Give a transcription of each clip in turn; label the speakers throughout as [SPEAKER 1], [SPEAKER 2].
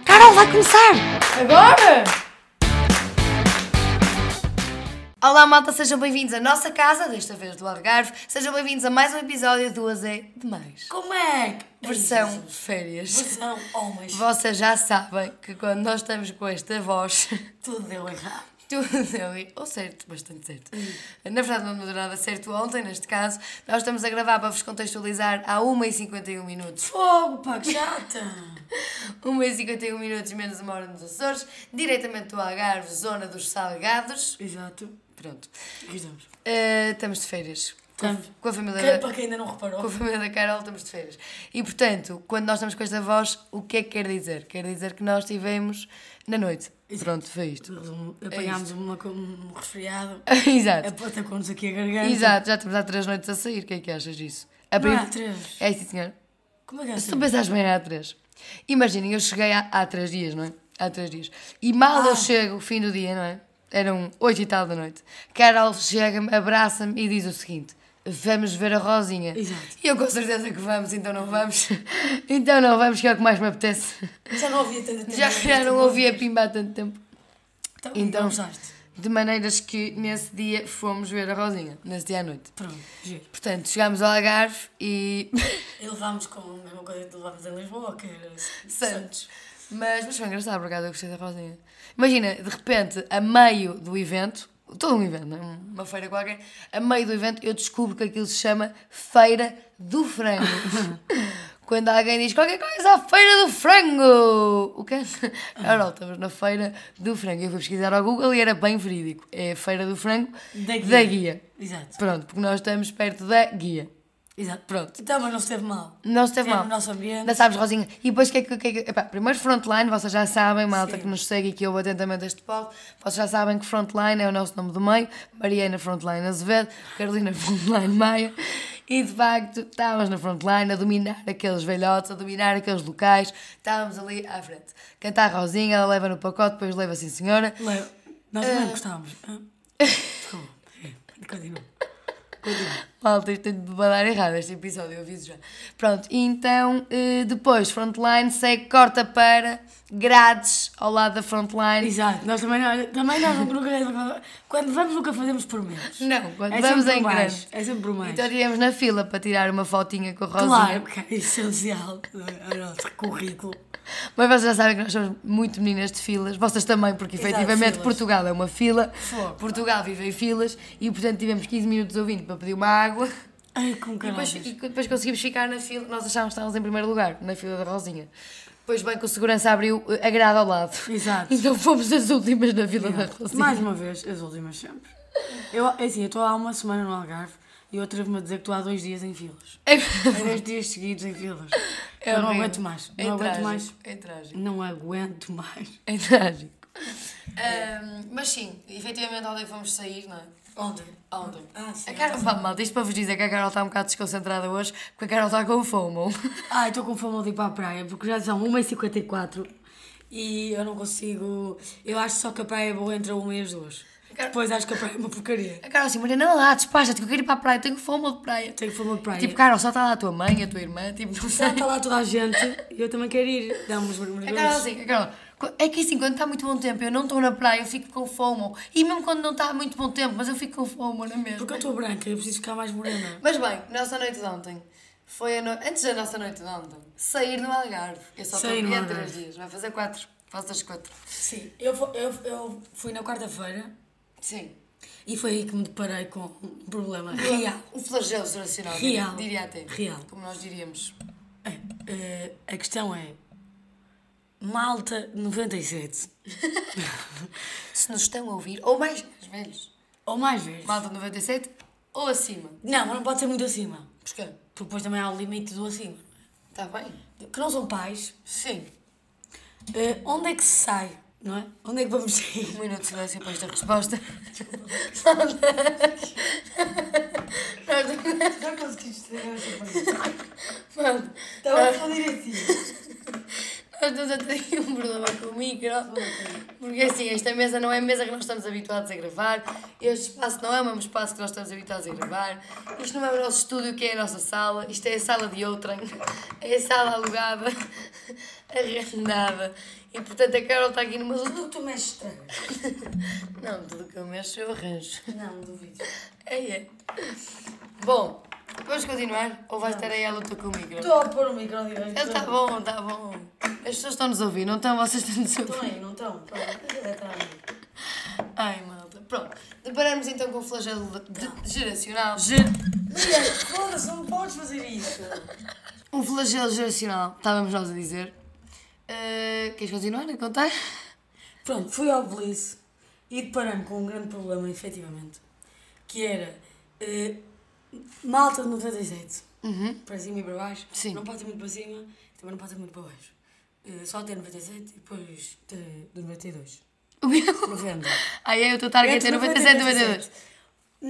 [SPEAKER 1] Então vai começar!
[SPEAKER 2] Agora! Olá, malta, sejam bem-vindos à nossa casa, desta vez do Algarve. Sejam bem-vindos a mais um episódio do Azé Demais.
[SPEAKER 1] Como é que.
[SPEAKER 2] Versão férias.
[SPEAKER 1] Versão Oh, homens.
[SPEAKER 2] Vocês já sabem que quando nós estamos com esta voz,
[SPEAKER 1] Tudo deu errado.
[SPEAKER 2] tudo deu ali- ou certo, bastante certo. Na verdade, não deu nada certo ontem, neste caso. Nós estamos a gravar para vos contextualizar há 1h51 minutos.
[SPEAKER 1] Fogo, pá, que chata!
[SPEAKER 2] 1h51 minutos menos uma hora nos Açores, diretamente do Algarve, zona dos Salgados.
[SPEAKER 1] Exato.
[SPEAKER 2] Pronto.
[SPEAKER 1] Aqui estamos.
[SPEAKER 2] Uh, estamos de férias. Com, a-
[SPEAKER 1] Estamos.
[SPEAKER 2] com a família
[SPEAKER 1] Quem-
[SPEAKER 2] da,
[SPEAKER 1] para quem ainda não reparou.
[SPEAKER 2] com a família da Carol estamos de férias. E portanto, quando nós estamos com esta voz, o que é que quer dizer? Quer dizer que nós estivemos na noite. Pronto, foi isto.
[SPEAKER 1] Apanhámos uma com um resfriado.
[SPEAKER 2] Exato.
[SPEAKER 1] Atacou-nos aqui a garganta.
[SPEAKER 2] Exato, já estamos há três noites a sair. O que é que achas disso? A
[SPEAKER 1] Não
[SPEAKER 2] prim-
[SPEAKER 1] há três.
[SPEAKER 2] É sim, senhor.
[SPEAKER 1] Como é que é
[SPEAKER 2] Se tu
[SPEAKER 1] assim?
[SPEAKER 2] pensares bem, há três. Imaginem, eu cheguei há, há três dias, não é? Há três dias. E mal eu chego, fim do dia, não é? Eram oito e tal da noite. Carol chega-me, abraça-me e diz o seguinte: Vamos ver a Rosinha.
[SPEAKER 1] Exato.
[SPEAKER 2] E eu com certeza que vamos, então não vamos. então não vamos, que é o que mais me apetece.
[SPEAKER 1] Já não ouvia tanto tempo.
[SPEAKER 2] Já, já não ouvi a pimba há tanto tempo.
[SPEAKER 1] Então,
[SPEAKER 2] Então.
[SPEAKER 1] então. usaste.
[SPEAKER 2] De maneiras que nesse dia fomos ver a Rosinha, nesse dia à noite.
[SPEAKER 1] Pronto, giro.
[SPEAKER 2] Portanto, chegámos ao Algarve e.
[SPEAKER 1] E levámos com a mesma coisa que levámos em Lisboa, que era
[SPEAKER 2] Santos. Mas, mas foi engraçado, por acaso eu gostei da Rosinha. Imagina, de repente, a meio do evento, todo um evento, não é? uma feira qualquer, a meio do evento eu descubro que aquilo se chama Feira do Frango. Quando alguém diz qualquer coisa à Feira do Frango! O quê? Não, não, estamos na Feira do Frango. Eu fui pesquisar ao Google e era bem verídico. É a Feira do Frango
[SPEAKER 1] Da Guia.
[SPEAKER 2] da Guia.
[SPEAKER 1] Exato.
[SPEAKER 2] Pronto, porque nós estamos perto da Guia.
[SPEAKER 1] Exato.
[SPEAKER 2] Pronto.
[SPEAKER 1] Então, mas não esteve mal.
[SPEAKER 2] Não esteve
[SPEAKER 1] Sim,
[SPEAKER 2] mal.
[SPEAKER 1] É no nosso ambiente.
[SPEAKER 2] Ainda sabes, Rosinha. E depois o que é que. o que é que- epá, primeiro Frontline, vocês já sabem, malta
[SPEAKER 1] Sim.
[SPEAKER 2] que nos segue e que ouve atentamente este palco. Vocês já sabem que Frontline é o nosso nome do meio. Mariana Frontline Azevedo, Carolina Frontline Maia. E de facto, estávamos na Frontline a dominar aqueles velhotes, a dominar aqueles locais. Estávamos ali à frente. Cantar Rosinha, ela leva no pacote, depois leva sim, senhora.
[SPEAKER 1] Leo, nós
[SPEAKER 2] Ah.
[SPEAKER 1] também gostávamos. Hã? Desculpa. é. Continua.
[SPEAKER 2] Malta, isto tem de dar errado este episódio, eu aviso já. Pronto, e então eh, depois Frontline segue, corta para grades ao lado da Frontline.
[SPEAKER 1] Exato, nós também, não- também nós nunca, nunca- Quando vamos, nunca fazemos por menos.
[SPEAKER 2] Não, quando
[SPEAKER 1] É
[SPEAKER 2] vamos
[SPEAKER 1] sempre
[SPEAKER 2] em
[SPEAKER 1] por mais,
[SPEAKER 2] grande.
[SPEAKER 1] É sempre por mais.
[SPEAKER 2] Então estivemos na fila para tirar uma fotinha com a Rosinha.
[SPEAKER 1] claro, que é essencial ao nosso currículo.
[SPEAKER 2] Mas vocês já sabem que nós somos muito meninas de filas, vocês também, porque
[SPEAKER 1] Exato,
[SPEAKER 2] efetivamente
[SPEAKER 1] filas.
[SPEAKER 2] Portugal é uma fila,
[SPEAKER 1] Fogo.
[SPEAKER 2] Portugal vive em filas e portanto tivemos 15 minutos ouvindo para pedir uma água
[SPEAKER 1] Ai, com
[SPEAKER 2] e
[SPEAKER 1] caralho.
[SPEAKER 2] depois, e depois conseguimos ficar na fila, nós achávamos que estávamos em primeiro lugar, na fila da Rosinha. Pois bem que o segurança abriu eh, a grada ao lado.
[SPEAKER 1] Exato.
[SPEAKER 2] Então fomos as últimas na fila da Rosinha.
[SPEAKER 1] Mais uma vez, as últimas sempre. Eu, é assim, eu estou há uma semana no Algarve e eu atrevo-me a dizer que estou há dois dias em filas. Há dois dias seguidos em filas.
[SPEAKER 2] É
[SPEAKER 1] eu não
[SPEAKER 2] horrível.
[SPEAKER 1] aguento mais. Não
[SPEAKER 2] É
[SPEAKER 1] aguento
[SPEAKER 2] trágico,
[SPEAKER 1] mais.
[SPEAKER 2] É trágico.
[SPEAKER 1] Não aguento mais.
[SPEAKER 2] É trágico. Ahm, mas sim, efetivamente ontem fomos sair, não é?
[SPEAKER 1] Ontem.
[SPEAKER 2] Ontem.
[SPEAKER 1] Ah, sim,
[SPEAKER 2] a Carol, pá, malta, isto para vos dizer que a Carol está um bocado desconcentrada hoje, porque a Carol está com fome.
[SPEAKER 1] Ai, estou com fome de ir para a praia, porque já são 1h54 e eu não consigo. Eu acho só que a praia é boa entre 1 e as 2.
[SPEAKER 2] Cara-
[SPEAKER 1] Depois acho que a praia é uma porcaria.
[SPEAKER 2] A Carol assim, Mariana, anda lá, despacha-te que eu quero ir para a praia, tenho fome de praia.
[SPEAKER 1] Tenho fome de praia.
[SPEAKER 2] Tipo, Carol, só está lá a tua mãe, a tua irmã, tipo, não sei.
[SPEAKER 1] já está lá toda a gente e eu também quero ir. Dá-me uns
[SPEAKER 2] A Carol
[SPEAKER 1] mergulhos.
[SPEAKER 2] assim, a Carol, "Qu- é que assim, quando está muito bom tempo, eu não estou na praia, eu fico com fome. E mesmo quando não está muito bom tempo, mas eu fico com fome, não é mesmo?
[SPEAKER 1] Porque eu estou branca, eu preciso ficar mais morena.
[SPEAKER 2] Mas bem, nossa noite de ontem foi a no... antes da nossa noite de ontem, sair no Algarve. Eu só
[SPEAKER 1] Sair
[SPEAKER 2] estou
[SPEAKER 1] no
[SPEAKER 2] há três
[SPEAKER 1] Algarve.
[SPEAKER 2] dias, vai fazer quatro. Faço as quatro.
[SPEAKER 1] Sim, eu, fu- eu, eu fui na quarta-feira
[SPEAKER 2] Sim.
[SPEAKER 1] e foi aí que me deparei com um problema real.
[SPEAKER 2] Um flagelo geracional,
[SPEAKER 1] Real.
[SPEAKER 2] diria até.
[SPEAKER 1] Real.
[SPEAKER 2] Como nós diríamos.
[SPEAKER 1] É, eh, a questão é. Malta 97.
[SPEAKER 2] Se nos estão a ouvir, ou mais, mais velhos.
[SPEAKER 1] Ou mais vezes.
[SPEAKER 2] Malta 97 ou acima.
[SPEAKER 1] Não, mas não pode ser muito acima.
[SPEAKER 2] Porquê?
[SPEAKER 1] Porque depois também há o limite do acima.
[SPEAKER 2] Está tá bem?
[SPEAKER 1] Que não são pais.
[SPEAKER 2] Sim.
[SPEAKER 1] eh, onde é que se sai? Não é? Onde é que vamos sair?
[SPEAKER 2] Um minuto de silêncio para esta resposta.
[SPEAKER 1] Já conseguiste estragar essa pergunta.
[SPEAKER 2] Mano,
[SPEAKER 1] Estava a responder assim.
[SPEAKER 2] nós temos até aí um problema com o micro. Porque assim, esta mesa não é a mesa que nós estamos habituados a gravar. Este espaço não é o mesmo espaço que nós estamos habituados a gravar. Isto não é o nosso estúdio, que é a nossa sala. Isto é a sala de outrem. É a sala alugada, arrendada. E portanto a Carol está aqui numa.
[SPEAKER 1] Tudo o é que tu mexes estranho.
[SPEAKER 2] Não, tudo o que eu mexo eu arranjo.
[SPEAKER 1] Não, duvido.
[SPEAKER 2] É, é. Bom, vamos continuar? Ou vais estar aí a luta com o micro?
[SPEAKER 1] Estou a pôr o micro direito.
[SPEAKER 2] Ele está bom, está bom. As pessoas estão-nos a ouvir, não estão? Vocês estão-nos a ouvir.
[SPEAKER 1] Estão aí, não estão? Pronto, é tranquilo.
[SPEAKER 2] Ai, malta. Pronto. Deparamos então com o flagelo de- de- geracional.
[SPEAKER 1] Mulher, eh, foda-se, não podes fazer isso.
[SPEAKER 2] Um flagelo geracional, estávamos nós a dizer. Eh, queres continuar a contar?
[SPEAKER 1] Pronto, fui ao Belize e deparei-me com um grande problema, efetivamente, que era eh, malta de 97, para cima e para baixo,
[SPEAKER 2] Uhum. Sim.
[SPEAKER 1] não pode ser muito para cima, também não pode ser muito para baixo. Eh, só até 97 e depois até de 92.
[SPEAKER 2] O meu.
[SPEAKER 1] 90.
[SPEAKER 2] Ai, ai, o teu target
[SPEAKER 1] Entre
[SPEAKER 2] é 97,
[SPEAKER 1] 97.
[SPEAKER 2] 92.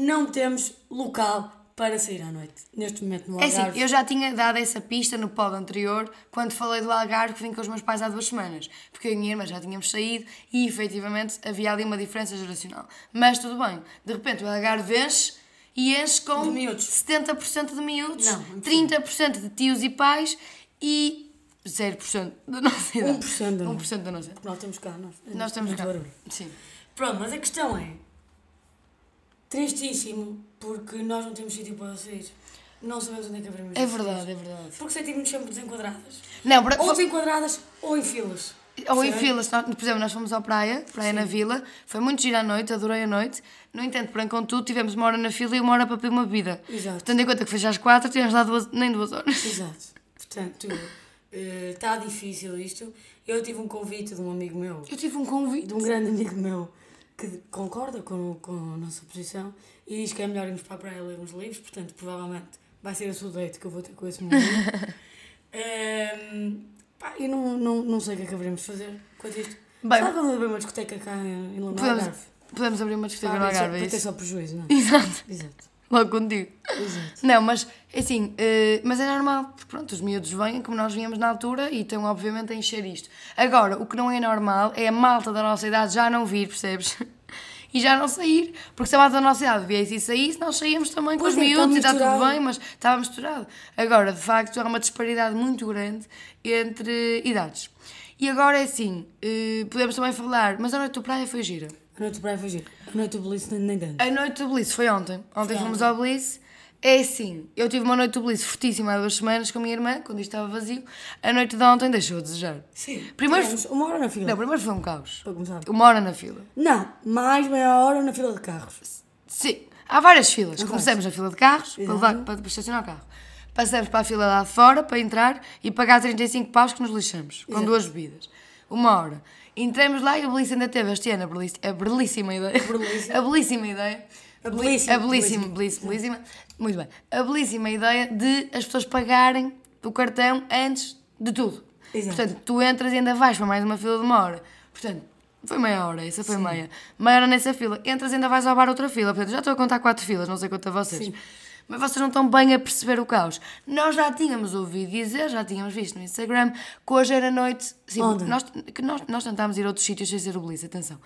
[SPEAKER 1] Não temos local para sair à noite. Neste momento no
[SPEAKER 2] É
[SPEAKER 1] Algarve.
[SPEAKER 2] assim, eu já tinha dado essa pista no pod anterior, quando falei do Algarve que vim com os meus pais há duas semanas, porque eu e a minha irmã já tínhamos saído e efetivamente havia ali uma diferença geracional. Mas tudo bem, de repente o Algarve enche e enche com
[SPEAKER 1] De miúdos.
[SPEAKER 2] 70% de miúdos,
[SPEAKER 1] Não, impossível.
[SPEAKER 2] 30% de tios e pais e 0% da nossa idade.
[SPEAKER 1] 1% da
[SPEAKER 2] 1%
[SPEAKER 1] nossa.
[SPEAKER 2] da nossa idade.
[SPEAKER 1] Nós temos cá, nós,
[SPEAKER 2] Nós estamos
[SPEAKER 1] no
[SPEAKER 2] cá.
[SPEAKER 1] Douro.
[SPEAKER 2] Sim.
[SPEAKER 1] Pronto, mas a questão é. Tristíssimo, porque nós não temos sítio para sair. Não sabemos onde é que abrimos.
[SPEAKER 2] É
[SPEAKER 1] as
[SPEAKER 2] verdade,
[SPEAKER 1] filas.
[SPEAKER 2] é verdade.
[SPEAKER 1] Porque sentimos-nos sempre desenquadradas.
[SPEAKER 2] Não, para,
[SPEAKER 1] Ou desenquadradas ou em filas.
[SPEAKER 2] Ou em
[SPEAKER 1] Sim.
[SPEAKER 2] filas, nós- por exemplo, nós fomos à praia, praia na vila, foi muito gira a noite, adorei a noite. No entanto, porém, contudo, tivemos uma hora na fila e uma hora para pedir uma bebida.
[SPEAKER 1] Exato.
[SPEAKER 2] Tendo em conta que foi já às quatro, tivemos lá duas, nem duas horas.
[SPEAKER 1] Exato. Portanto, está difícil isto. Eu tive um convite de um amigo meu,
[SPEAKER 2] Eu tive um convite.
[SPEAKER 1] de um grande amigo meu, que concorda com, com a nossa posição e diz que é melhor irmos para a praia e lermos livros. Portanto, provavelmente vai ser esse o date que eu vou ter com esse menino. Ehm, pá, eu não, não, não sei o que é que haveremos de fazer quanto a isto.
[SPEAKER 2] Bem,
[SPEAKER 1] Sabe quando abrir uma discoteca cá em Lama
[SPEAKER 2] Podemos,
[SPEAKER 1] Algarve?
[SPEAKER 2] podemos abrir uma discoteca
[SPEAKER 1] Para
[SPEAKER 2] no
[SPEAKER 1] abrir só-
[SPEAKER 2] Algarve, é
[SPEAKER 1] para ter
[SPEAKER 2] isso?
[SPEAKER 1] só prejuízo, não é?
[SPEAKER 2] Exato,
[SPEAKER 1] Exato.
[SPEAKER 2] logo contigo.
[SPEAKER 1] Exato.
[SPEAKER 2] Não, mas assim, eh, mas é normal, porque pronto, os miúdos vêm como nós vínhamos na altura e estão obviamente a encher isto. Agora, o que não é normal é a malta da nossa idade já não vir, percebes? E já não sair, porque se a malta da nossa idade viesse e saísse, nós saímos também
[SPEAKER 1] Pois
[SPEAKER 2] com os
[SPEAKER 1] é, está
[SPEAKER 2] miúdos e está tudo
[SPEAKER 1] misturado.
[SPEAKER 2] bem, mas estava misturado. Agora, de facto, há uma disparidade muito grande entre idades. E agora é assim, eh, podemos também falar, mas a noite do praia foi gira.
[SPEAKER 1] A noite do praia foi giro. A noite do Belize nem- nem tanto.
[SPEAKER 2] A noite do Blitz foi ontem. Ontem fomos ao Blitz. É assim, eu tive uma noite do Blitz fortíssima há duas semanas com a minha irmã, quando isto estava vazio. A noite de ontem deixou a desejar.
[SPEAKER 1] Sim.
[SPEAKER 2] Primeiro-
[SPEAKER 1] Tivemos uma hora na fila.
[SPEAKER 2] Não, primeiro foi um caos.
[SPEAKER 1] Para começar.
[SPEAKER 2] Uma hora na fila.
[SPEAKER 1] Não, mais meia hora na fila de carros.
[SPEAKER 2] Sim, há várias filas. Começamos na fila de carros, para, levar, para, para estacionar o carro. Passamos para a fila lá de fora, para entrar e pagar 35 paus que nos lixamos, com duas bebidas. Uma hora. Entramos lá e o Blitz ainda teve este ano a berlice- a belíssima ideia.
[SPEAKER 1] Belíssima.
[SPEAKER 2] A belíssima ideia.
[SPEAKER 1] A
[SPEAKER 2] A belíssima, belíssima, belíssima. Muito bem. A belíssima ideia de as pessoas pagarem o cartão antes de tudo.
[SPEAKER 1] Exato.
[SPEAKER 2] Portanto, tu entras e ainda vais para mais uma fila de uma hora. Portanto, foi meia hora, essa foi meia. Meia hora nessa fila. Entras e ainda vais ao bar outra fila. Portanto, já estou a contar quatro filas, não sei quanto a vocês. Mas vocês não estão bem a perceber o caos. Nós já tínhamos ouvido dizer, já tínhamos visto no Instagram, que hoje era noite. Sim,
[SPEAKER 1] Ontem.
[SPEAKER 2] nós, que nós, nós tentámos ir a outros sítios sem ser o Belize, atenção.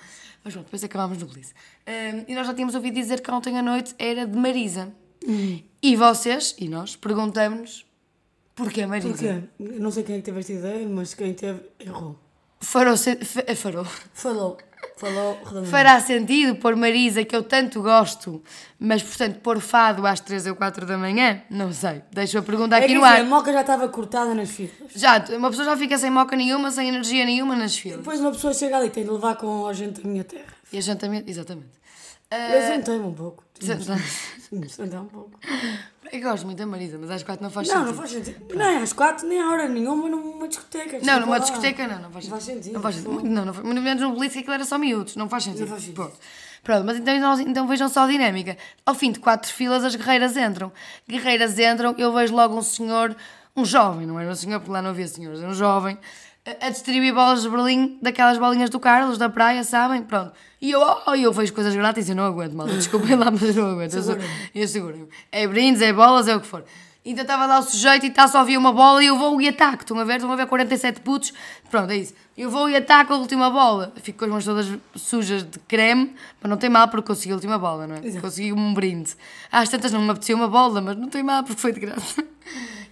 [SPEAKER 2] Mas pronto, depois acabámos no Belize. Hum, e nós já tínhamos ouvido dizer que ontem à noite era de Marisa. E vocês, e nós, perguntamos-nos porquê Marisa.
[SPEAKER 1] Porquê? Eu Não sei quem é que teve esta ideia, mas quem teve errou.
[SPEAKER 2] Farou, se- fa- farou.
[SPEAKER 1] Falou. Falou redondamente.
[SPEAKER 2] Fará sentido pôr Marisa, que eu tanto gosto, mas portanto pôr fado às 3 ou 4 da manhã? Não sei. Deixo a pergunta
[SPEAKER 1] É
[SPEAKER 2] aqui
[SPEAKER 1] que
[SPEAKER 2] no
[SPEAKER 1] assim, a
[SPEAKER 2] ar.
[SPEAKER 1] moca já estava cortada nas filas.
[SPEAKER 2] Já, uma pessoa já fica sem moca nenhuma, sem energia nenhuma nas filas.
[SPEAKER 1] Depois uma pessoa chega ali e tem de levar com a gente da minha terra.
[SPEAKER 2] E a jantamento, exatamente. Eh,
[SPEAKER 1] Eu sentei-me um pouco.
[SPEAKER 2] Exatamente.
[SPEAKER 1] Sentei um pouco.
[SPEAKER 2] Eu gosto muito da Marisa, mas às quatro não faz
[SPEAKER 1] Não, não
[SPEAKER 2] sentido.
[SPEAKER 1] faz sentido. Nem às quatro, nem à hora nenhuma numa discoteca.
[SPEAKER 2] Não,
[SPEAKER 1] desculpa
[SPEAKER 2] numa
[SPEAKER 1] lá.
[SPEAKER 2] discoteca não, não faz sentido.
[SPEAKER 1] Não faz sentido.
[SPEAKER 2] Não faz sentido. Muito, não, não faz, muito menos no Blitz, que aquilo era só miúdos. Não faz sentido.
[SPEAKER 1] Não faz sentido.
[SPEAKER 2] Pronto. Pronto, mas então, nós- então vejam só a dinâmica. Ao fim de quatro filas, as guerreiras entram. Guerreiras entram, eu vejo logo um senhor, um jovem, não era um senhor, porque lá não havia senhores, era um jovem, a- a distribuir bolas de Berlim, daquelas bolinhas do Carlos, da praia, sabem? Pronto. E eu, oh, eu vejo coisas grátis, eu não aguento, mal. Desculpem lá, mas eu não aguento. Eu, sou- eu seguro. É brindes, é bolas, é o que for. Então estava lá o sujeito e está só havia uma bola e eu vou e ataco. Estão a ver? Estão a ver 47 putos. Pronto, é isso. Eu vou e ataco a última bola. Fico com as mãos todas sujas de creme, mas não tem mal porque consegui a última bola, não é? Consegui um brinde. Às tantas não me apetecia uma bola, mas não tem mal porque foi de graça.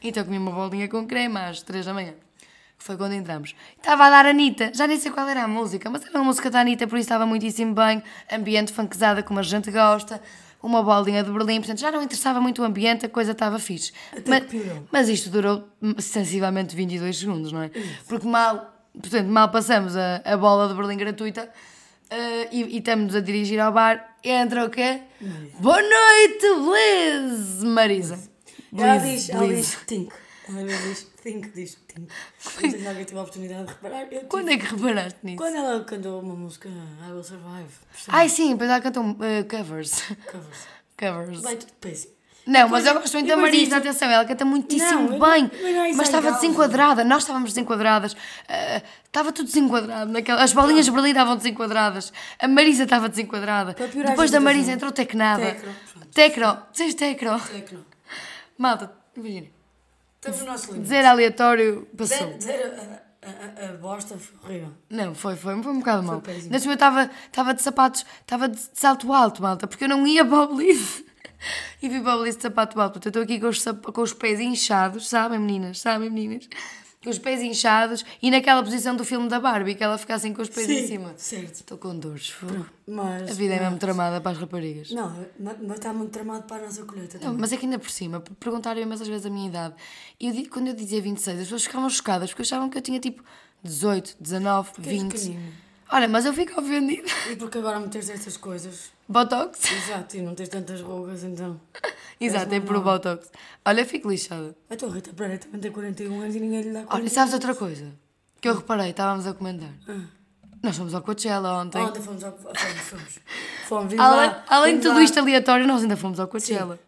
[SPEAKER 2] Então comi uma bolinha com creme às 3 da manhã que foi quando entramos. Estava a dar Anitta, já nem sei qual era a música, mas era uma música da Anitta, por isso estava muitíssimo bem, ambiente funkzada como a gente gosta, uma bolinha de Berlim, portanto já não interessava muito o ambiente, a coisa estava fixe.
[SPEAKER 1] Até
[SPEAKER 2] Mas,
[SPEAKER 1] que piorou.
[SPEAKER 2] mas isto durou hum, sensivelmente 22 segundos, não é? Porque mal, portanto, mal passamos a, a bola de Berlim gratuita. eh, e, e estamos a dirigir ao bar. Entra o quê? Boa noite, Bliss! Marisa.
[SPEAKER 1] Ela
[SPEAKER 2] Blizz,
[SPEAKER 1] diz, ela
[SPEAKER 2] Blizz.
[SPEAKER 1] diz think. Ela mesmo diz think, diz think. Não sei se alguém teve a oportunidade de reparar. Eu
[SPEAKER 2] Quando
[SPEAKER 1] quando,
[SPEAKER 2] é que reparaste nisso?
[SPEAKER 1] quando ela cantou uma música I Will Survive, é percebe?
[SPEAKER 2] Ai sim, depois ela cantou eh, covers.
[SPEAKER 1] Covers.
[SPEAKER 2] covers.
[SPEAKER 1] Vai tudo péssimo.
[SPEAKER 2] Não, mas eu gosto muito da
[SPEAKER 1] depois
[SPEAKER 2] Marisa,
[SPEAKER 1] disso-
[SPEAKER 2] atenção, ela canta muitíssimo
[SPEAKER 1] Não,
[SPEAKER 2] bem.
[SPEAKER 1] mas não é isso
[SPEAKER 2] Mas
[SPEAKER 1] aí,
[SPEAKER 2] estava
[SPEAKER 1] calma.
[SPEAKER 2] desenquadrada, nós estávamos desenquadradas, eh, estava tudo desenquadrado. Naquela, as bolinhas de Berlim estavam desenquadradas, a Marisa estava desenquadrada.
[SPEAKER 1] Para piorar a
[SPEAKER 2] Depois da
[SPEAKER 1] situação.
[SPEAKER 2] Marisa entrou Tecnada.
[SPEAKER 1] é? Tecno, pronto.
[SPEAKER 2] Tecno, vocês Tecno.
[SPEAKER 1] É que não.
[SPEAKER 2] Malta, imagina,
[SPEAKER 1] Estamos no nosso limite.
[SPEAKER 2] dizer aleatório passou.
[SPEAKER 1] Dizer, dizer a, a, a, a bosta foi horrível.
[SPEAKER 2] Não, foi, foi, foi um bocado mal.
[SPEAKER 1] péssimo.
[SPEAKER 2] Na cima eu estava- estava de sapatos, estava de de salto alto, malta, porque eu não ia para o Belize. E fui para o Belize de sapato alto. Portanto, eu estou aqui com os, sap- com os pés inchados, sabem meninas, sabem meninas? Com os pés inchados e naquela posição do filme da Barbie, que ela ficasse com os pés em
[SPEAKER 1] Sim,
[SPEAKER 2] cima.
[SPEAKER 1] certo.
[SPEAKER 2] Estou com dores. fogo.
[SPEAKER 1] Mas.
[SPEAKER 2] A vida é mesmo tramada para as raparigas.
[SPEAKER 1] Não, ma- mas está muito tramado para a nossa colheita.
[SPEAKER 2] Não,
[SPEAKER 1] também.
[SPEAKER 2] mas é que ainda por cima, per- perguntaram imensas vezes a minha idade. E eu, di- quando eu dizia 26, as pessoas ficavam chocadas porque achavam que eu tinha tipo 18, 19,
[SPEAKER 1] és
[SPEAKER 2] 20.
[SPEAKER 1] pequenino.
[SPEAKER 2] Olha, mas eu fico ofendida.
[SPEAKER 1] E porque agora meteres estas coisas.
[SPEAKER 2] Botox?
[SPEAKER 1] Exato, e não tens tantas rugas, então.
[SPEAKER 2] Exato, é por Botox. Olha, eu fico lixada.
[SPEAKER 1] A tua Rita Pereira também tem 41 anos e um. ninguém lhe dá
[SPEAKER 2] Olha,
[SPEAKER 1] conta.
[SPEAKER 2] sabes outra coisa? Que eu reparei, estávamos a comentar. Nós fomos ao Coachella ontem.
[SPEAKER 1] Ontem fomos ao. Fomos, fomos. Fomos, vimos
[SPEAKER 2] além
[SPEAKER 1] lá,
[SPEAKER 2] além de
[SPEAKER 1] vimos
[SPEAKER 2] tudo
[SPEAKER 1] lá.
[SPEAKER 2] isto aleatório, nós ainda fomos ao Coachella.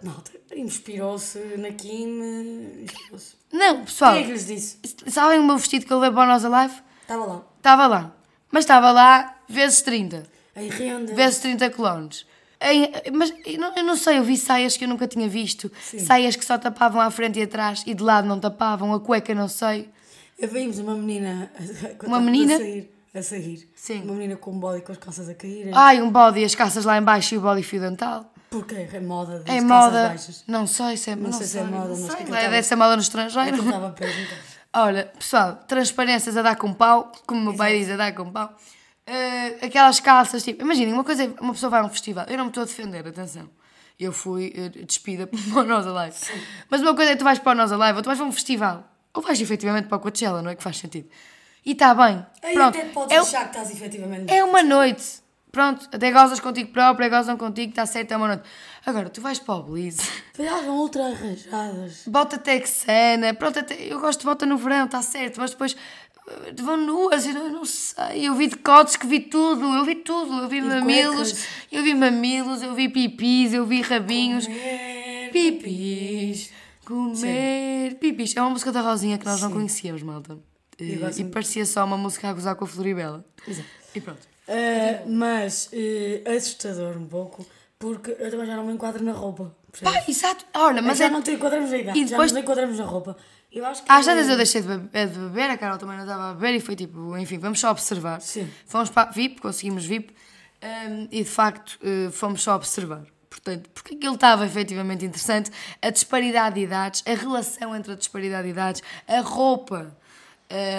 [SPEAKER 1] Malta, inspirou-se na Kim. Inspirou-se.
[SPEAKER 2] Não, pessoal,
[SPEAKER 1] Quem é que lhes disse?
[SPEAKER 2] s- sabem o meu vestido que eu levei para o Nossa Life?
[SPEAKER 1] Estava lá.
[SPEAKER 2] Estava lá. Mas estava lá vezes 30.
[SPEAKER 1] Aí renda.
[SPEAKER 2] Vezes 30 clones. Em- mas eu não, eu não sei, eu vi saias que eu nunca tinha visto. Saias que só tapavam à frente e atrás e de lado não tapavam, a cueca não sei.
[SPEAKER 1] Eu vimos uma menina. quando
[SPEAKER 2] Uma
[SPEAKER 1] estava
[SPEAKER 2] menina?
[SPEAKER 1] A sair. A sair.
[SPEAKER 2] Sim.
[SPEAKER 1] Uma menina com um bode e com as calças a caírem.
[SPEAKER 2] Ai, um bode e as calças lá em baixo e o bode fio dental.
[SPEAKER 1] Porque é moda. das
[SPEAKER 2] É
[SPEAKER 1] calças
[SPEAKER 2] moda.
[SPEAKER 1] Baixas.
[SPEAKER 2] Não sei se é não
[SPEAKER 1] sei se é moda,
[SPEAKER 2] não
[SPEAKER 1] mas
[SPEAKER 2] sei.
[SPEAKER 1] que
[SPEAKER 2] Lá
[SPEAKER 1] eu
[SPEAKER 2] Deve ser moda no estrangeiro.
[SPEAKER 1] É Estava perto.
[SPEAKER 2] Olha, pessoal, transparências a dar com pau, como o meu pai diz, a dar com pau. Eh, aquelas calças, tipo, imaginem, uma coisa é uma pessoa vai a um festival, eu não me estou a defender, atenção. Eu fui eh, despida para o Nosa Live. Mas uma coisa é que tu vais para o Nosa Live ou tu vais para um festival, ou vais efetivamente para o Coachella, não é que faz sentido. E está bem.
[SPEAKER 1] Aí
[SPEAKER 2] Pronto,
[SPEAKER 1] até podes
[SPEAKER 2] é,
[SPEAKER 1] achar que estás efetivamente.
[SPEAKER 2] é uma noite. Pronto, até gozas contigo própria, gozam contigo, está certo, é uma noite. Agora, tu vais para o Belize.
[SPEAKER 1] Foi algo ultra arranjadas.
[SPEAKER 2] Bota texana, pronto, até, eu gosto de bota no verão, está certo, mas depois eh, vão nuas, eu não, eu não sei. Eu vi decotes que vi tudo, eu vi tudo, eu vi mamilos,
[SPEAKER 1] cuecas.
[SPEAKER 2] eu vi mamilos, eu vi pipis, eu vi rabinhos.
[SPEAKER 1] Comer
[SPEAKER 2] Pipis, comer pipis. É uma música da Rosinha que nós não conhecíamos, malta. Eh,
[SPEAKER 1] eu gosto
[SPEAKER 2] E,
[SPEAKER 1] muito.
[SPEAKER 2] parecia só uma música a gozar com a Floribela. E pronto.
[SPEAKER 1] Ah, mas ah, assustador um pouco, porque eu também já não me enquadro na roupa. percebes?
[SPEAKER 2] Pá, exato. Olha,
[SPEAKER 1] Mas
[SPEAKER 2] mas
[SPEAKER 1] já
[SPEAKER 2] é.
[SPEAKER 1] não te enquadramos na idade,
[SPEAKER 2] E
[SPEAKER 1] já
[SPEAKER 2] depois-
[SPEAKER 1] nos enquadramos na roupa. Eu acho que.
[SPEAKER 2] Às tantas eu deixei de bebe- de beber, a Carol também não estava a beber e foi tipo, enfim, vamos só observar.
[SPEAKER 1] Sim.
[SPEAKER 2] Fomos para a VIP, conseguimos VIP hum, e de facto eh, fomos só observar. Portanto, porque aquilo estava efetivamente interessante, a disparidade de idades, a relação entre a disparidade de idades, a roupa,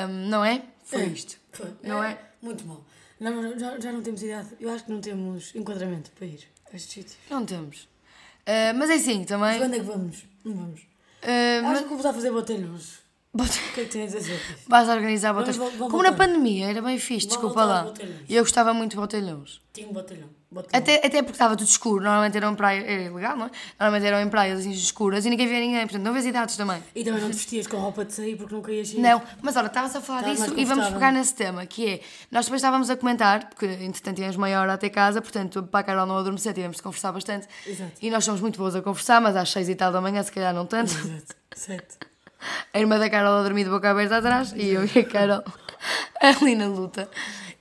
[SPEAKER 2] hum, não é? Foi
[SPEAKER 1] É,
[SPEAKER 2] isto.
[SPEAKER 1] foi.
[SPEAKER 2] Não é?
[SPEAKER 1] Muito mal. Não, já, já não temos idade. Eu acho que não temos enquadramento para ir a estes sítios.
[SPEAKER 2] Não temos. Eh, mas é assim também.
[SPEAKER 1] Quando é que vamos? Não vamos.
[SPEAKER 2] eh,
[SPEAKER 1] Acho que vou a fazer botelhos.
[SPEAKER 2] bota-
[SPEAKER 1] O que é que tens a dizer?
[SPEAKER 2] Vais organizar botelhões.
[SPEAKER 1] Vamos vol-
[SPEAKER 2] Como na
[SPEAKER 1] voltar.
[SPEAKER 2] pandemia, era bem fixe,
[SPEAKER 1] Vou
[SPEAKER 2] desculpa
[SPEAKER 1] voltar aos
[SPEAKER 2] lá.
[SPEAKER 1] botelhões.
[SPEAKER 2] E eu gostava muito de botelhões.
[SPEAKER 1] Tinha um botelhão. botelhão.
[SPEAKER 2] É. Até, até porque estava tudo escuro, normalmente eram praias, era ilegal, não é? Normalmente eram em praias assim, escuras e ninguém via ninguém, portanto não vês idades também.
[SPEAKER 1] E também não te vestias com roupa de sair porque não caías sair.
[SPEAKER 2] Não, mas olha, estava-se a falar
[SPEAKER 1] Estava
[SPEAKER 2] disso
[SPEAKER 1] mais
[SPEAKER 2] e vamos
[SPEAKER 1] confortável.
[SPEAKER 2] pegar nesse tema, que é, nós também estávamos a comentar, porque entretanto tínhamos meia hora até casa, portanto para a Carol não adormecer tivemos de conversar bastante.
[SPEAKER 1] Exato.
[SPEAKER 2] E nós somos muito boas a conversar, mas às seis e tal da manhã se calhar não tanto.
[SPEAKER 1] Exato. Certo.
[SPEAKER 2] A irmã da Carol a dormir de boca aberta atrás e eu e a Carol ali na luta.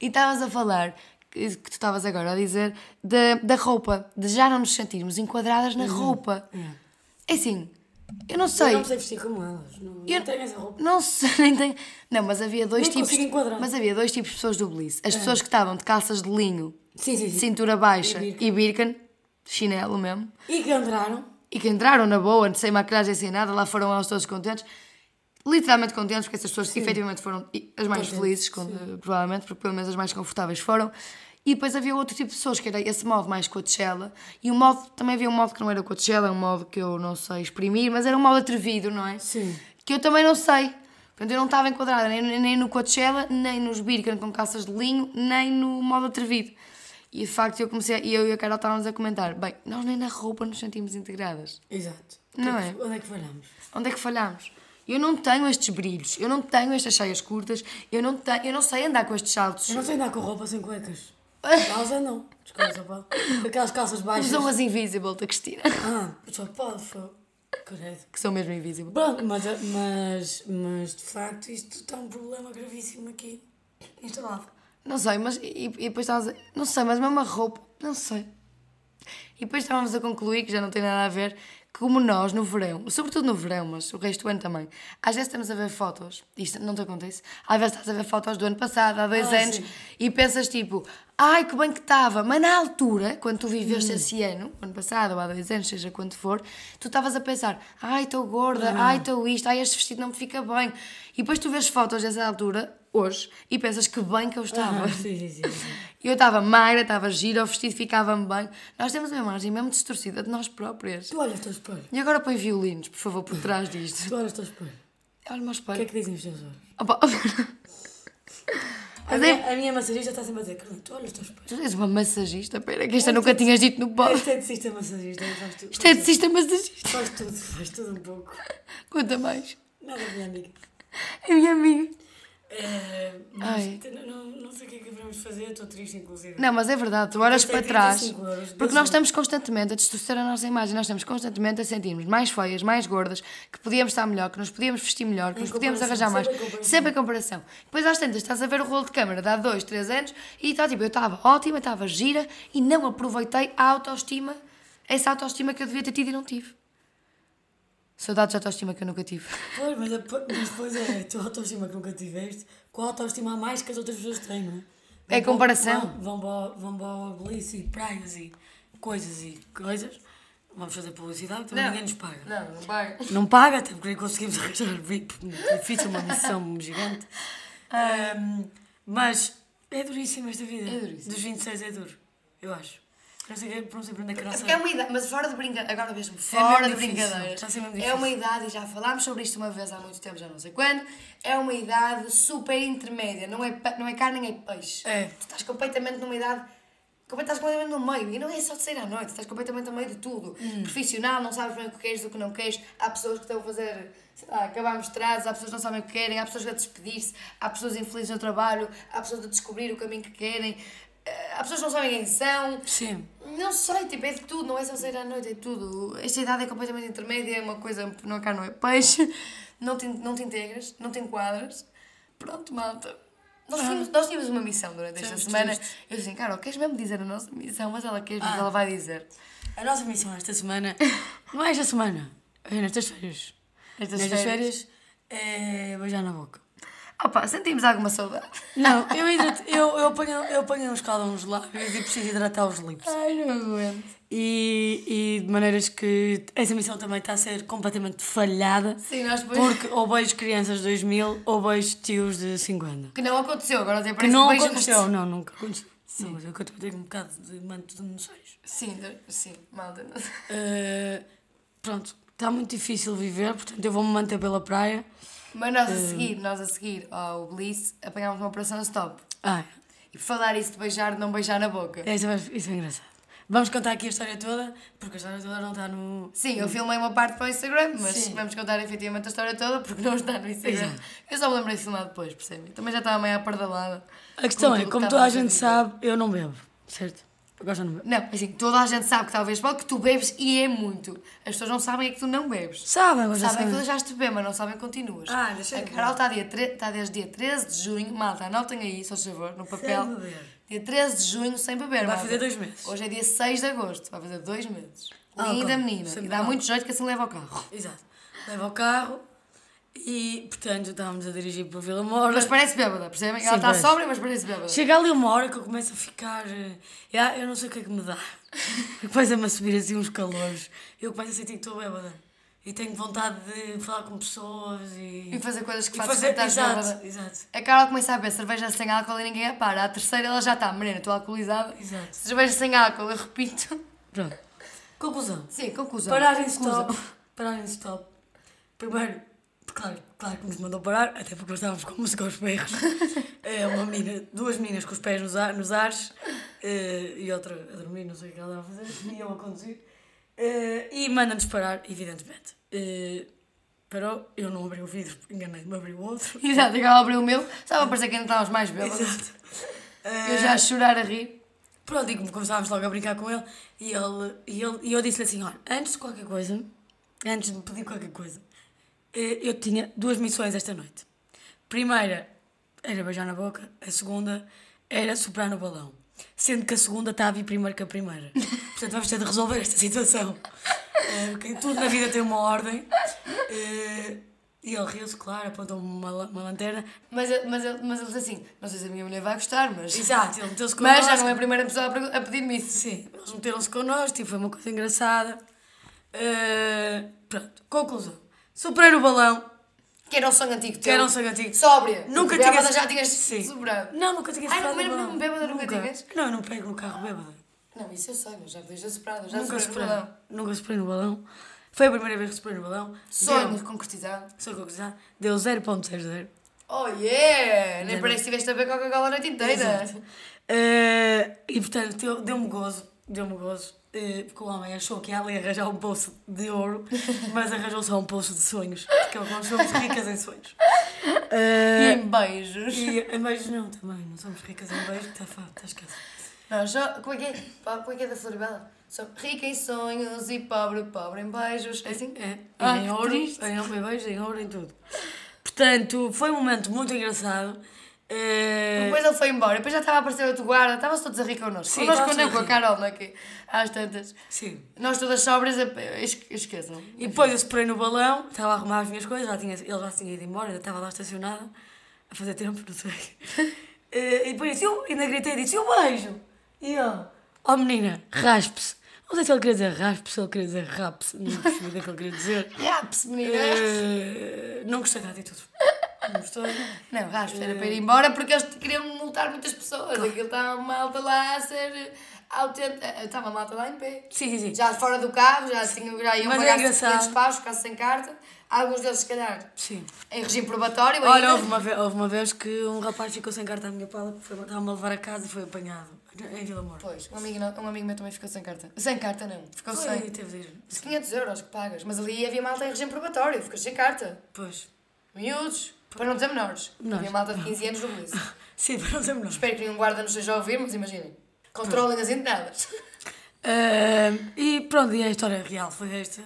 [SPEAKER 2] E estavas a falar, que que tu estavas agora a dizer, da, da roupa, de já não nos sentirmos enquadradas na roupa. É assim, Eu não
[SPEAKER 1] Uhum. Eu
[SPEAKER 2] sei.
[SPEAKER 1] não sei vestir como elas. Não, não
[SPEAKER 2] Eu-
[SPEAKER 1] tenho essa roupa.
[SPEAKER 2] Não sei, nem tenho. Não, mas havia dois
[SPEAKER 1] Nem
[SPEAKER 2] tipos.
[SPEAKER 1] consigo enquadrar. Ah.
[SPEAKER 2] Mas havia dois tipos de pessoas do Bliss. As pessoas que estavam de calças de linho,
[SPEAKER 1] Sim, sim, sim.
[SPEAKER 2] cintura baixa
[SPEAKER 1] E
[SPEAKER 2] e birken, chinelo mesmo.
[SPEAKER 1] E que entraram.
[SPEAKER 2] E que entraram na boa, sem maquilhagem, sem nada, lá foram elas todas contentes. Literalmente contentes, porque essas pessoas efetivamente foram e- as mais
[SPEAKER 1] Contentes,
[SPEAKER 2] felizes, com- provavelmente, porque pelo menos as mais confortáveis foram. E depois havia outro tipo de pessoas, que era esse modo mais Coachella. E o modo, também havia um modo que não era Coachella, um modo que eu não sei exprimir, mas era um modo atrevido, não é?
[SPEAKER 1] Sim.
[SPEAKER 2] que eu também não sei. Portanto, eu não estava enquadrada nem, nem no Coachella, nem nos Birkin com calças de linho, nem no modo atrevido. E de facto, eu comecei, a- e eu e a Carol estávamos a comentar: bem, nós nem na roupa nos sentimos integradas.
[SPEAKER 1] Exato.
[SPEAKER 2] Não
[SPEAKER 1] Onde que- Onde é que falhamos?
[SPEAKER 2] Onde é que falhámos? Eu não tenho estes brilhos, eu não tenho estas saias curtas, eu não, tenho, eu não sei andar com estes saltos.
[SPEAKER 1] Eu não sei andar com roupa sem cuecas. Elas andam. Desculpa, pá. Aquelas calças baixas.
[SPEAKER 2] Usam as invisible da Cristina,
[SPEAKER 1] Ah, só pode, foi. Credo.
[SPEAKER 2] que são mesmo invisible.
[SPEAKER 1] Pronto, mas, mas, mas de facto isto está um problema gravíssimo aqui é instalado.
[SPEAKER 2] Não sei, mas. E, e depois estávamos. A, não sei, mas mesmo a roupa. Não sei. E depois estávamos a concluir, que já não tem nada a ver, que como nós no verão, sobretudo no verão, mas o resto do ano também, às vezes estamos a ver fotos, isto não te acontece, às vezes estás a ver fotos do ano passado, há dois
[SPEAKER 1] Ah,
[SPEAKER 2] anos,
[SPEAKER 1] sim.
[SPEAKER 2] e pensas tipo, ai que bem que estava, mas na altura, quando tu
[SPEAKER 1] Hum.
[SPEAKER 2] viveste esse ano, ano passado, ou há dois anos, seja quando for, tu estavas a pensar, ai estou gorda,
[SPEAKER 1] Uhum.
[SPEAKER 2] ai estou isto, ai este vestido não me fica bem. E depois tu vês fotos dessa altura, hoje, e pensas que bem que eu estava.
[SPEAKER 1] Ah, sim, sim, sim, sim.
[SPEAKER 2] Eu estava magra, estava gira, o vestido ficava-me bem. Nós temos uma imagem mesmo distorcida de nós próprias.
[SPEAKER 1] Tu olhas para o espelho.
[SPEAKER 2] E agora põe violinos, por favor, por trás disto.
[SPEAKER 1] Tu olhas para o espelho.
[SPEAKER 2] Olha o meu
[SPEAKER 1] O que é
[SPEAKER 2] espelho.
[SPEAKER 1] que dizem os teus olhos?
[SPEAKER 2] Opa,
[SPEAKER 1] A
[SPEAKER 2] Mas é-
[SPEAKER 1] minha, a minha massagista está sempre a dizer, Carolina, tu olhas para o espelho.
[SPEAKER 2] tu és uma massagista, pera, que esta nunca tinhas dito no é
[SPEAKER 1] A
[SPEAKER 2] pó.
[SPEAKER 1] esteticista massagista faz tudo.
[SPEAKER 2] Esteticista massagista.
[SPEAKER 1] Faz tudo, faz tudo um pouco.
[SPEAKER 2] Conta mais.
[SPEAKER 1] Nada, minha amiga.
[SPEAKER 2] A minha amiga.
[SPEAKER 1] Eh,
[SPEAKER 2] Ai.
[SPEAKER 1] mas te- não, não, não sei o que é que devemos fazer, estou triste inclusive.
[SPEAKER 2] Não, mas é verdade, tu olhas
[SPEAKER 1] Custa
[SPEAKER 2] para trás.
[SPEAKER 1] 35 euros,
[SPEAKER 2] Porque
[SPEAKER 1] mas
[SPEAKER 2] nós
[SPEAKER 1] é.
[SPEAKER 2] estamos constantemente a distorcer a nossa imagem, nós estamos constantemente a sentirmos mais feias, mais gordas, que podíamos estar melhor, que nos podíamos vestir melhor, que
[SPEAKER 1] Em
[SPEAKER 2] nos podíamos
[SPEAKER 1] comparação,
[SPEAKER 2] arranjar mais.
[SPEAKER 1] sempre em comparação.
[SPEAKER 2] Sempre em comparação. Depois às tantas estás a ver o rolo de câmara de há dois, três anos e está tipo, eu estava ótima, estava gira e não aproveitei a autoestima, essa autoestima que eu devia ter tido e não tive. Saudades de autoestima que eu nunca tive.
[SPEAKER 1] Pois, mas, a- mas depois é a tua autoestima que nunca tiveste, com a autoestima a mais que as outras pessoas têm, não é?
[SPEAKER 2] É
[SPEAKER 1] Vão
[SPEAKER 2] comparação.
[SPEAKER 1] para- Vão, vão, para o- vão para o Belice e praias e coisas e coisas. Vamos fazer publicidade, também
[SPEAKER 2] Não.
[SPEAKER 1] ninguém nos paga. Não.
[SPEAKER 2] Não, não vai.
[SPEAKER 1] paga, até porque nem conseguimos arranjar VIP, é difícil, uma missão gigante. Ahm, mas é duríssimo esta vida.
[SPEAKER 2] É duríssimo.
[SPEAKER 1] Dos 26 é duro, eu acho. Não sei, que- não sei para onde é que a nossa...
[SPEAKER 2] Porque é uma idade, mas fora de brincadeira, agora mesmo, fora de
[SPEAKER 1] difícil,
[SPEAKER 2] brincadeiras,
[SPEAKER 1] está a ser mesmo
[SPEAKER 2] é
[SPEAKER 1] difícil.
[SPEAKER 2] uma idade, e já falámos sobre isto uma vez há muito tempo, já não sei quando, é uma idade super intermédia, não é, pe- não é carne nem é peixe.
[SPEAKER 1] É.
[SPEAKER 2] Tu estás completamente numa idade, comple- estás completamente no meio, e não é só de sair à noite, estás completamente no meio de tudo.
[SPEAKER 1] Hum.
[SPEAKER 2] Profissional, não sabes bem o que queres, do que não queres, há pessoas que estão a fazer, sei lá, acabar mestrados, há pessoas que não sabem o que querem, há pessoas a despedir-se, há pessoas infelizes no trabalho, há pessoas a descobrir o caminho que querem, eh, há pessoas que não sabem quem são.
[SPEAKER 1] Sim.
[SPEAKER 2] Não sei, tipo, é de tudo, não é só sair à noite, é tudo. Esta idade é completamente intermédia, é uma coisa, não é cá, não é peixe, não te, não te integras, não te enquadras. Pronto, malta. Nós tínhamos, nós tínhamos uma missão durante esta
[SPEAKER 1] Estamos
[SPEAKER 2] semana. Eu disse, Carol, queres mesmo dizer a nossa missão? Mas ela quer, mas ela vai dizer.
[SPEAKER 1] A nossa missão esta semana, não é esta semana, é nestas férias.
[SPEAKER 2] Nestas
[SPEAKER 1] nestas
[SPEAKER 2] férias.
[SPEAKER 1] férias, é beijar na boca.
[SPEAKER 2] Ah pá, sentimos alguma saudade.
[SPEAKER 1] Não, eu, hidrato, eu, eu, apanho, eu apanho uns calões lá e preciso hidratar os lips.
[SPEAKER 2] Ai, não aguento.
[SPEAKER 1] E, e de maneiras que essa missão também está a ser completamente falhada.
[SPEAKER 2] Sim, nós depois.
[SPEAKER 1] Porque ou beijo crianças de 2000 ou beijo tios de 50.
[SPEAKER 2] Que um não aconteceu, agora até
[SPEAKER 1] Que
[SPEAKER 2] parece
[SPEAKER 1] não
[SPEAKER 2] beijaste.
[SPEAKER 1] aconteceu, não, nunca aconteceu. Sim. Mas eu que eu tenho um bocado de manto de emoções.
[SPEAKER 2] Sim, de- sim, malta. não sei.
[SPEAKER 1] Eh, pronto, está muito difícil viver, portanto eu vou-me manter pela praia.
[SPEAKER 2] Mas nós a seguir, nós a seguir ao Bliss, apanhámos uma operação stop.
[SPEAKER 1] Ah,
[SPEAKER 2] E por falar isso de beijar, não beijar na boca.
[SPEAKER 1] é, isso, é, isso é engraçado. Vamos contar aqui a história toda, porque a história toda não está no.
[SPEAKER 2] Sim, eu filmei uma parte para o Instagram, mas
[SPEAKER 1] Sim.
[SPEAKER 2] vamos contar efetivamente a história toda porque não está no Instagram.
[SPEAKER 1] Exato.
[SPEAKER 2] Eu só me lembrei de filmar depois, percebem? Também já estava meio apardalada.
[SPEAKER 1] A questão
[SPEAKER 2] tudo
[SPEAKER 1] é,
[SPEAKER 2] que
[SPEAKER 1] como
[SPEAKER 2] estava
[SPEAKER 1] toda a
[SPEAKER 2] fazer.
[SPEAKER 1] gente sabe, eu não bebo, certo? Agora já não bebo.
[SPEAKER 2] Não, assim, toda a gente sabe que talvez pode, que tu bebes e é muito. As pessoas não sabem é que tu não bebes.
[SPEAKER 1] Sabem, agora já
[SPEAKER 2] Sabem que tu
[SPEAKER 1] sabem.
[SPEAKER 2] deixaste de beber, mas não sabem que continuas.
[SPEAKER 1] Ah, deixei
[SPEAKER 2] A
[SPEAKER 1] de
[SPEAKER 2] Carol está dia tre- está desde dia 13 de junho, malta, anotem aí, se faz favor, no papel.
[SPEAKER 1] beber.
[SPEAKER 2] Dia 13 de junho, sem beber,
[SPEAKER 1] Vai
[SPEAKER 2] malta.
[SPEAKER 1] fazer dois meses.
[SPEAKER 2] Hoje é dia 6 de agosto, vai fazer dois meses.
[SPEAKER 1] Ah,
[SPEAKER 2] Linda
[SPEAKER 1] ok.
[SPEAKER 2] menina.
[SPEAKER 1] Sem
[SPEAKER 2] e dá
[SPEAKER 1] álcool.
[SPEAKER 2] muito jeito que assim leva ao carro.
[SPEAKER 1] Exato. leva o carro e, portanto, estávamos a dirigir para Vila Moura.
[SPEAKER 2] Mas parece bêbada, percebem? Ela
[SPEAKER 1] Sim,
[SPEAKER 2] está
[SPEAKER 1] parece.
[SPEAKER 2] sóbria, mas parece bêbada.
[SPEAKER 1] Chega ali uma hora que eu começo a ficar. eh, ah, eu não sei o que é que me dá. Começa-me a subir assim uns calores. Eu começo a sentir que estou bêbada. E tenho vontade de falar com pessoas e.
[SPEAKER 2] E fazer coisas que
[SPEAKER 1] e
[SPEAKER 2] fazes quando estás bêbada.
[SPEAKER 1] exato, exato.
[SPEAKER 2] A Carla começa a beber cerveja sem álcool e ninguém a para. A terceira ela já está, menina, estou alcoolizada.
[SPEAKER 1] Exato.
[SPEAKER 2] Cerveja sem álcool, eu repito.
[SPEAKER 1] Pronto. Conclusão.
[SPEAKER 2] Sim, conclusão.
[SPEAKER 1] Parar em
[SPEAKER 2] Conclusão.
[SPEAKER 1] stop. Parar em stop. Primeiro, claro, claro que nos mandou parar, até porque nós estávamos com música aos berros. É uma menina, duas meninas com os pés nos, ar, nos ares eh, e outra a dormir, não sei o que ela estava a fazer, e eu a conduzir. Eh, e manda-nos parar, evidentemente. Eh, parou, eu não abri o vidro, enganei-me, abri o outro.
[SPEAKER 2] Exato, e ela abriu o meu, estava a parecer que ainda estávamos mais bêbados.
[SPEAKER 1] Exato. Eh,
[SPEAKER 2] Eu já a chorar a rir.
[SPEAKER 1] Pronto, e como começámos logo a brincar com ele, e, ele, e, ele, e eu disse-lhe assim: olha, antes de qualquer coisa, antes de me pedir qualquer coisa, eh, eu tinha duas missões esta noite. Primeira era beijar na boca, a segunda era soprar no balão. Sendo que a segunda está a vir primeiro que a primeira. Portanto, vamos ter de resolver esta situação. Eh, porque tudo na vida tem uma ordem. Eh, e ele riu-se, claro, apontou-me uma, la- uma lanterna.
[SPEAKER 2] Mas, ele- mas, ele- mas ele disse assim: não sei se a minha mulher vai gostar, mas.
[SPEAKER 1] Exato, ele meteu-se com
[SPEAKER 2] Mas já não é a primeira pessoa a pergu- a pedir-me isso.
[SPEAKER 1] Sim, eles meteram-se connosco, tipo, foi uma coisa engraçada. Eh, pronto, conclusão. Superei o balão,
[SPEAKER 2] Que era um sonho antigo teu.
[SPEAKER 1] que era um sonho antigo.
[SPEAKER 2] Sóbria.
[SPEAKER 1] Nunca
[SPEAKER 2] Bêbada
[SPEAKER 1] tinha-
[SPEAKER 2] já tinhas
[SPEAKER 1] Sim.
[SPEAKER 2] sobrado.
[SPEAKER 1] Não, nunca tinha
[SPEAKER 2] Ai,
[SPEAKER 1] superado
[SPEAKER 2] não,
[SPEAKER 1] o
[SPEAKER 2] mesmo
[SPEAKER 1] balão.
[SPEAKER 2] bêbada nunca tinhas?
[SPEAKER 1] Não, eu não pego no carro bêbada.
[SPEAKER 2] Não, isso eu sonho, já podias ter soprado, já
[SPEAKER 1] Nunca
[SPEAKER 2] sobrei
[SPEAKER 1] superei.
[SPEAKER 2] no balão.
[SPEAKER 1] Nunca superei no balão. Foi a primeira vez que superei no balão.
[SPEAKER 2] Sonho
[SPEAKER 1] Deu,
[SPEAKER 2] concretizado.
[SPEAKER 1] só que eu gozar, deu 0.00.
[SPEAKER 2] Oh yeah! Nem
[SPEAKER 1] Não.
[SPEAKER 2] parece que estiveste a beber Coca-Cola a noite inteira.
[SPEAKER 1] Exato. Eh, e portanto, deu- deu-me gozo, deu-me gozo, eh, porque o homem achou que ia ali arranjar um poço de ouro, mas arranjou só um poço de sonhos, porque nós somos ricas em sonhos.
[SPEAKER 2] E
[SPEAKER 1] Eh,
[SPEAKER 2] em beijos.
[SPEAKER 1] e em beijos não, também, não somos ricas em beijos, tá está fácil, está esquece.
[SPEAKER 2] Não, só. Como é que é? Pá, Como é que é da Floribela? Sou rica em sonhos e pobre, pobre em beijos. É assim?
[SPEAKER 1] É,
[SPEAKER 2] Ah,
[SPEAKER 1] em
[SPEAKER 2] que
[SPEAKER 1] ouro,
[SPEAKER 2] triste.
[SPEAKER 1] em ouro, em beijos, em ouro, em tudo. Portanto, foi um momento muito engraçado. eh,
[SPEAKER 2] Depois ele foi embora, depois já estava a aparecer outro guarda, estávamos todos a rir connosco.
[SPEAKER 1] Sim, tá
[SPEAKER 2] connosco
[SPEAKER 1] estávamos
[SPEAKER 2] não, com
[SPEAKER 1] todos
[SPEAKER 2] a
[SPEAKER 1] a
[SPEAKER 2] Carol, não é que às tantas.
[SPEAKER 1] sim.
[SPEAKER 2] Nós todas sóbrias, a- esque- esqueçam.
[SPEAKER 1] E depois eu esperei no balão, estava a arrumar as minhas coisas, já tinha, ele já tinha ido embora, ainda estava lá estacionada, a fazer tempo, não sei. Eh, e depois disse, eu ainda gritei e disse, eu beijo! E ele, oh menina, raspe-se. Não sei se ele queria dizer raspe, se ele queria dizer rape-se, não percebi o que é que ele queria dizer.
[SPEAKER 2] Raps, menina!
[SPEAKER 1] Eh, não gostei da atitude. Não gostei.
[SPEAKER 2] Não, raspa, era para
[SPEAKER 1] Eh,
[SPEAKER 2] ir embora porque eles queriam multar muitas pessoas. Aquilo estava uma malta lá a ser autêntica. Estava uma malta lá em pé.
[SPEAKER 1] Sim, sim, sim.
[SPEAKER 2] Já fora do carro, já, tinham, já iam
[SPEAKER 1] Mas é
[SPEAKER 2] pagar
[SPEAKER 1] engraçado.
[SPEAKER 2] 500 paus, caso sem carta. Alguns deles, se calhar,
[SPEAKER 1] Sim.
[SPEAKER 2] em regime probatório.
[SPEAKER 1] Olha,
[SPEAKER 2] ainda.
[SPEAKER 1] houve uma, vez, houve uma vez que um rapaz ficou sem carta à minha pala, que foi- estava-me a levar a casa e foi apanhado em Vila Moura.
[SPEAKER 2] Pois, um amigo, não- um amigo meu também ficou sem carta. Sem carta, não. Ficou
[SPEAKER 1] Foi,
[SPEAKER 2] sem.
[SPEAKER 1] teve de ir.
[SPEAKER 2] 500 euros que pagas. Mas ali havia malta em regime probatório. Ficas sem carta.
[SPEAKER 1] Pois.
[SPEAKER 2] Miúdos. Para não dizer menores.
[SPEAKER 1] Menores.
[SPEAKER 2] Havia malta de 15 anos no Blitz.
[SPEAKER 1] Sim, para não ser menor.
[SPEAKER 2] Espero que nenhum guarda nos esteja a ouvir, mas imaginem. Controlem as entradas.
[SPEAKER 1] Ahm, Eh, e pronto, e a história real foi esta.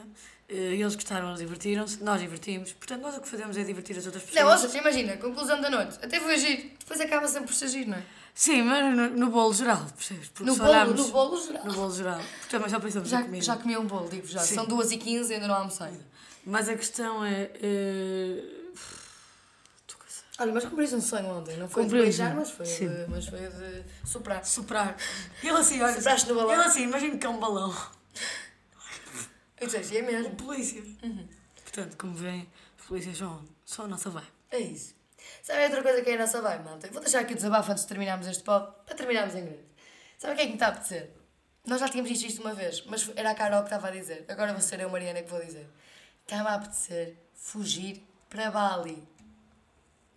[SPEAKER 1] Eh, eles gostaram, eles divertiram-se, nós divertimos. Portanto, nós o que fazemos é divertir as outras pessoas.
[SPEAKER 2] Não, ou seja, imagina, conclusão da noite. Até foi agir. Depois acaba sempre por se agir, não é?
[SPEAKER 1] Sim, mas no, no bolo geral, percebes? Porque
[SPEAKER 2] No
[SPEAKER 1] se
[SPEAKER 2] bolo,
[SPEAKER 1] olharmos-
[SPEAKER 2] no bolo geral.
[SPEAKER 1] no bolo geral. Porque também só pensamos
[SPEAKER 2] Já,
[SPEAKER 1] na comida.
[SPEAKER 2] já comi um bolo, digo já.
[SPEAKER 1] Sim.
[SPEAKER 2] São 2h15 e ainda não almocei.
[SPEAKER 1] Mas a questão é. eh,
[SPEAKER 2] Olha, mas cumpriste um sonho ontem. Não
[SPEAKER 1] foi de
[SPEAKER 2] Cumpri,
[SPEAKER 1] beijar,
[SPEAKER 2] não.
[SPEAKER 1] mas foi de-
[SPEAKER 2] Sim. mas foi de soprar.
[SPEAKER 1] superar. Ele assim, olha.
[SPEAKER 2] Sopraste no balão.
[SPEAKER 1] Ele assim, imagina que é um balão.
[SPEAKER 2] Eu disse, é mesmo.
[SPEAKER 1] Polícia. Portanto, como veem, os polícias são, são a nossa vibe.
[SPEAKER 2] É isso. Sabe outra coisa que é a nossa vibe, malta? Vou deixar aqui o desabafo antes de terminarmos este pod, para terminarmos em grande. Sabe o que é que me está a apetecer? Nós já tínhamos dito isto uma vez, mas era a Carol que estava a dizer. Agora vou ser eu, Mariana, que vou dizer. Está-me a apetecer fugir para Bali.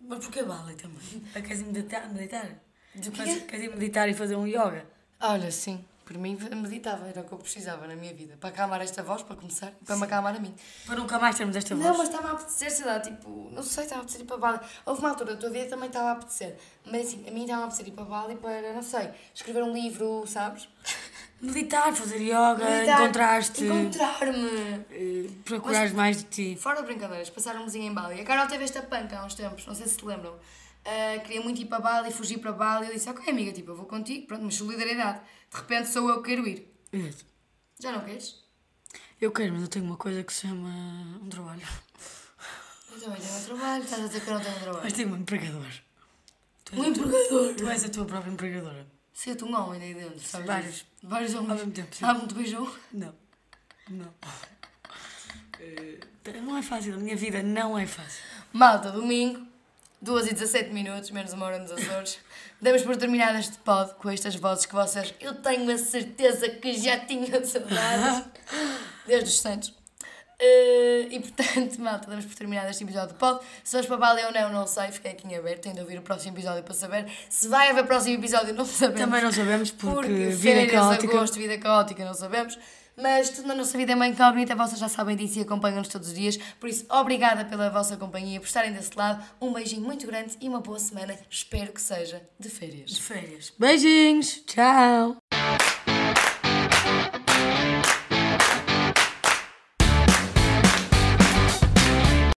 [SPEAKER 1] Mas porque Bali também? Queres ir meditar? meditar?
[SPEAKER 2] Mas
[SPEAKER 1] Queres ir meditar e fazer um yoga?
[SPEAKER 2] Olha, sim, por mim meditava, era o que eu precisava na minha vida. Para acalmar esta voz, para começar, e para me acalmar a mim.
[SPEAKER 1] Para nunca mais termos esta voz.
[SPEAKER 2] Não, mas estava a apetecer, sei lá, tipo, não sei, estava a apetecer ir para Bali. Houve uma altura da tua vida que também estava a apetecer. Mas assim, a mim estava a apetecer ir para Bali para, não sei, escrever um livro, sabes?
[SPEAKER 1] Meditar, fazer yoga,
[SPEAKER 2] Meditar,
[SPEAKER 1] encontrar-te,
[SPEAKER 2] Encontrar-me.
[SPEAKER 1] Ah, eh, procurares mais de ti.
[SPEAKER 2] Fora de brincadeiras, passaram um em Bali. A Carol teve esta panca há uns tempos, não sei se se lembram. Ah, queria muito ir para Bali, fugir para Bali. Eu disse, ok amiga, tipo, eu vou contigo, pronto, mas solidariedade. De repente sou eu que quero ir. Já não queres?
[SPEAKER 1] Eu quero, mas eu tenho uma coisa que se chama um trabalho.
[SPEAKER 2] Eu também tenho um trabalho, estás a dizer que eu não tenho trabalho.
[SPEAKER 1] Mas tenho um empregador. Tu és
[SPEAKER 2] Um
[SPEAKER 1] a tua-
[SPEAKER 2] empregador!
[SPEAKER 1] Tu és a tua própria empregadora.
[SPEAKER 2] Sinto um homem daí dentro, sabes?
[SPEAKER 1] Vários.
[SPEAKER 2] disso? Vários homens.
[SPEAKER 1] Ao mesmo tempo, sim.
[SPEAKER 2] Há muito beijão.
[SPEAKER 1] Não. Não. Eh, Não é fácil, a minha vida não é fácil.
[SPEAKER 2] Malta, domingo, 2 e 17 minutos, menos uma hora nos Açores. Damos por terminado este pod com estas vozes que vocês, eu tenho a certeza que já tinham saudades. Desde os Santos. Eh, e portanto, malta, damos por terminado este episódio do pod. Se vais para Bali ou não, não sei, fiquei aqui em aberto. Tenho de ouvir o próximo episódio para saber. Se vai haver próximo episódio, não sabemos.
[SPEAKER 1] Também não sabemos porque,
[SPEAKER 2] Porque
[SPEAKER 1] vida
[SPEAKER 2] férias,
[SPEAKER 1] caótica.
[SPEAKER 2] agosto, vida caótica, não sabemos. Mas tudo na nossa vida é uma incógnita, vocês já sabem disso e acompanham-nos todos os dias. Por isso, obrigada pela vossa companhia, por estarem desse lado. Um beijinho muito grande e uma boa semana. Espero que seja de férias.
[SPEAKER 1] De férias. Beijinhos. Tchau.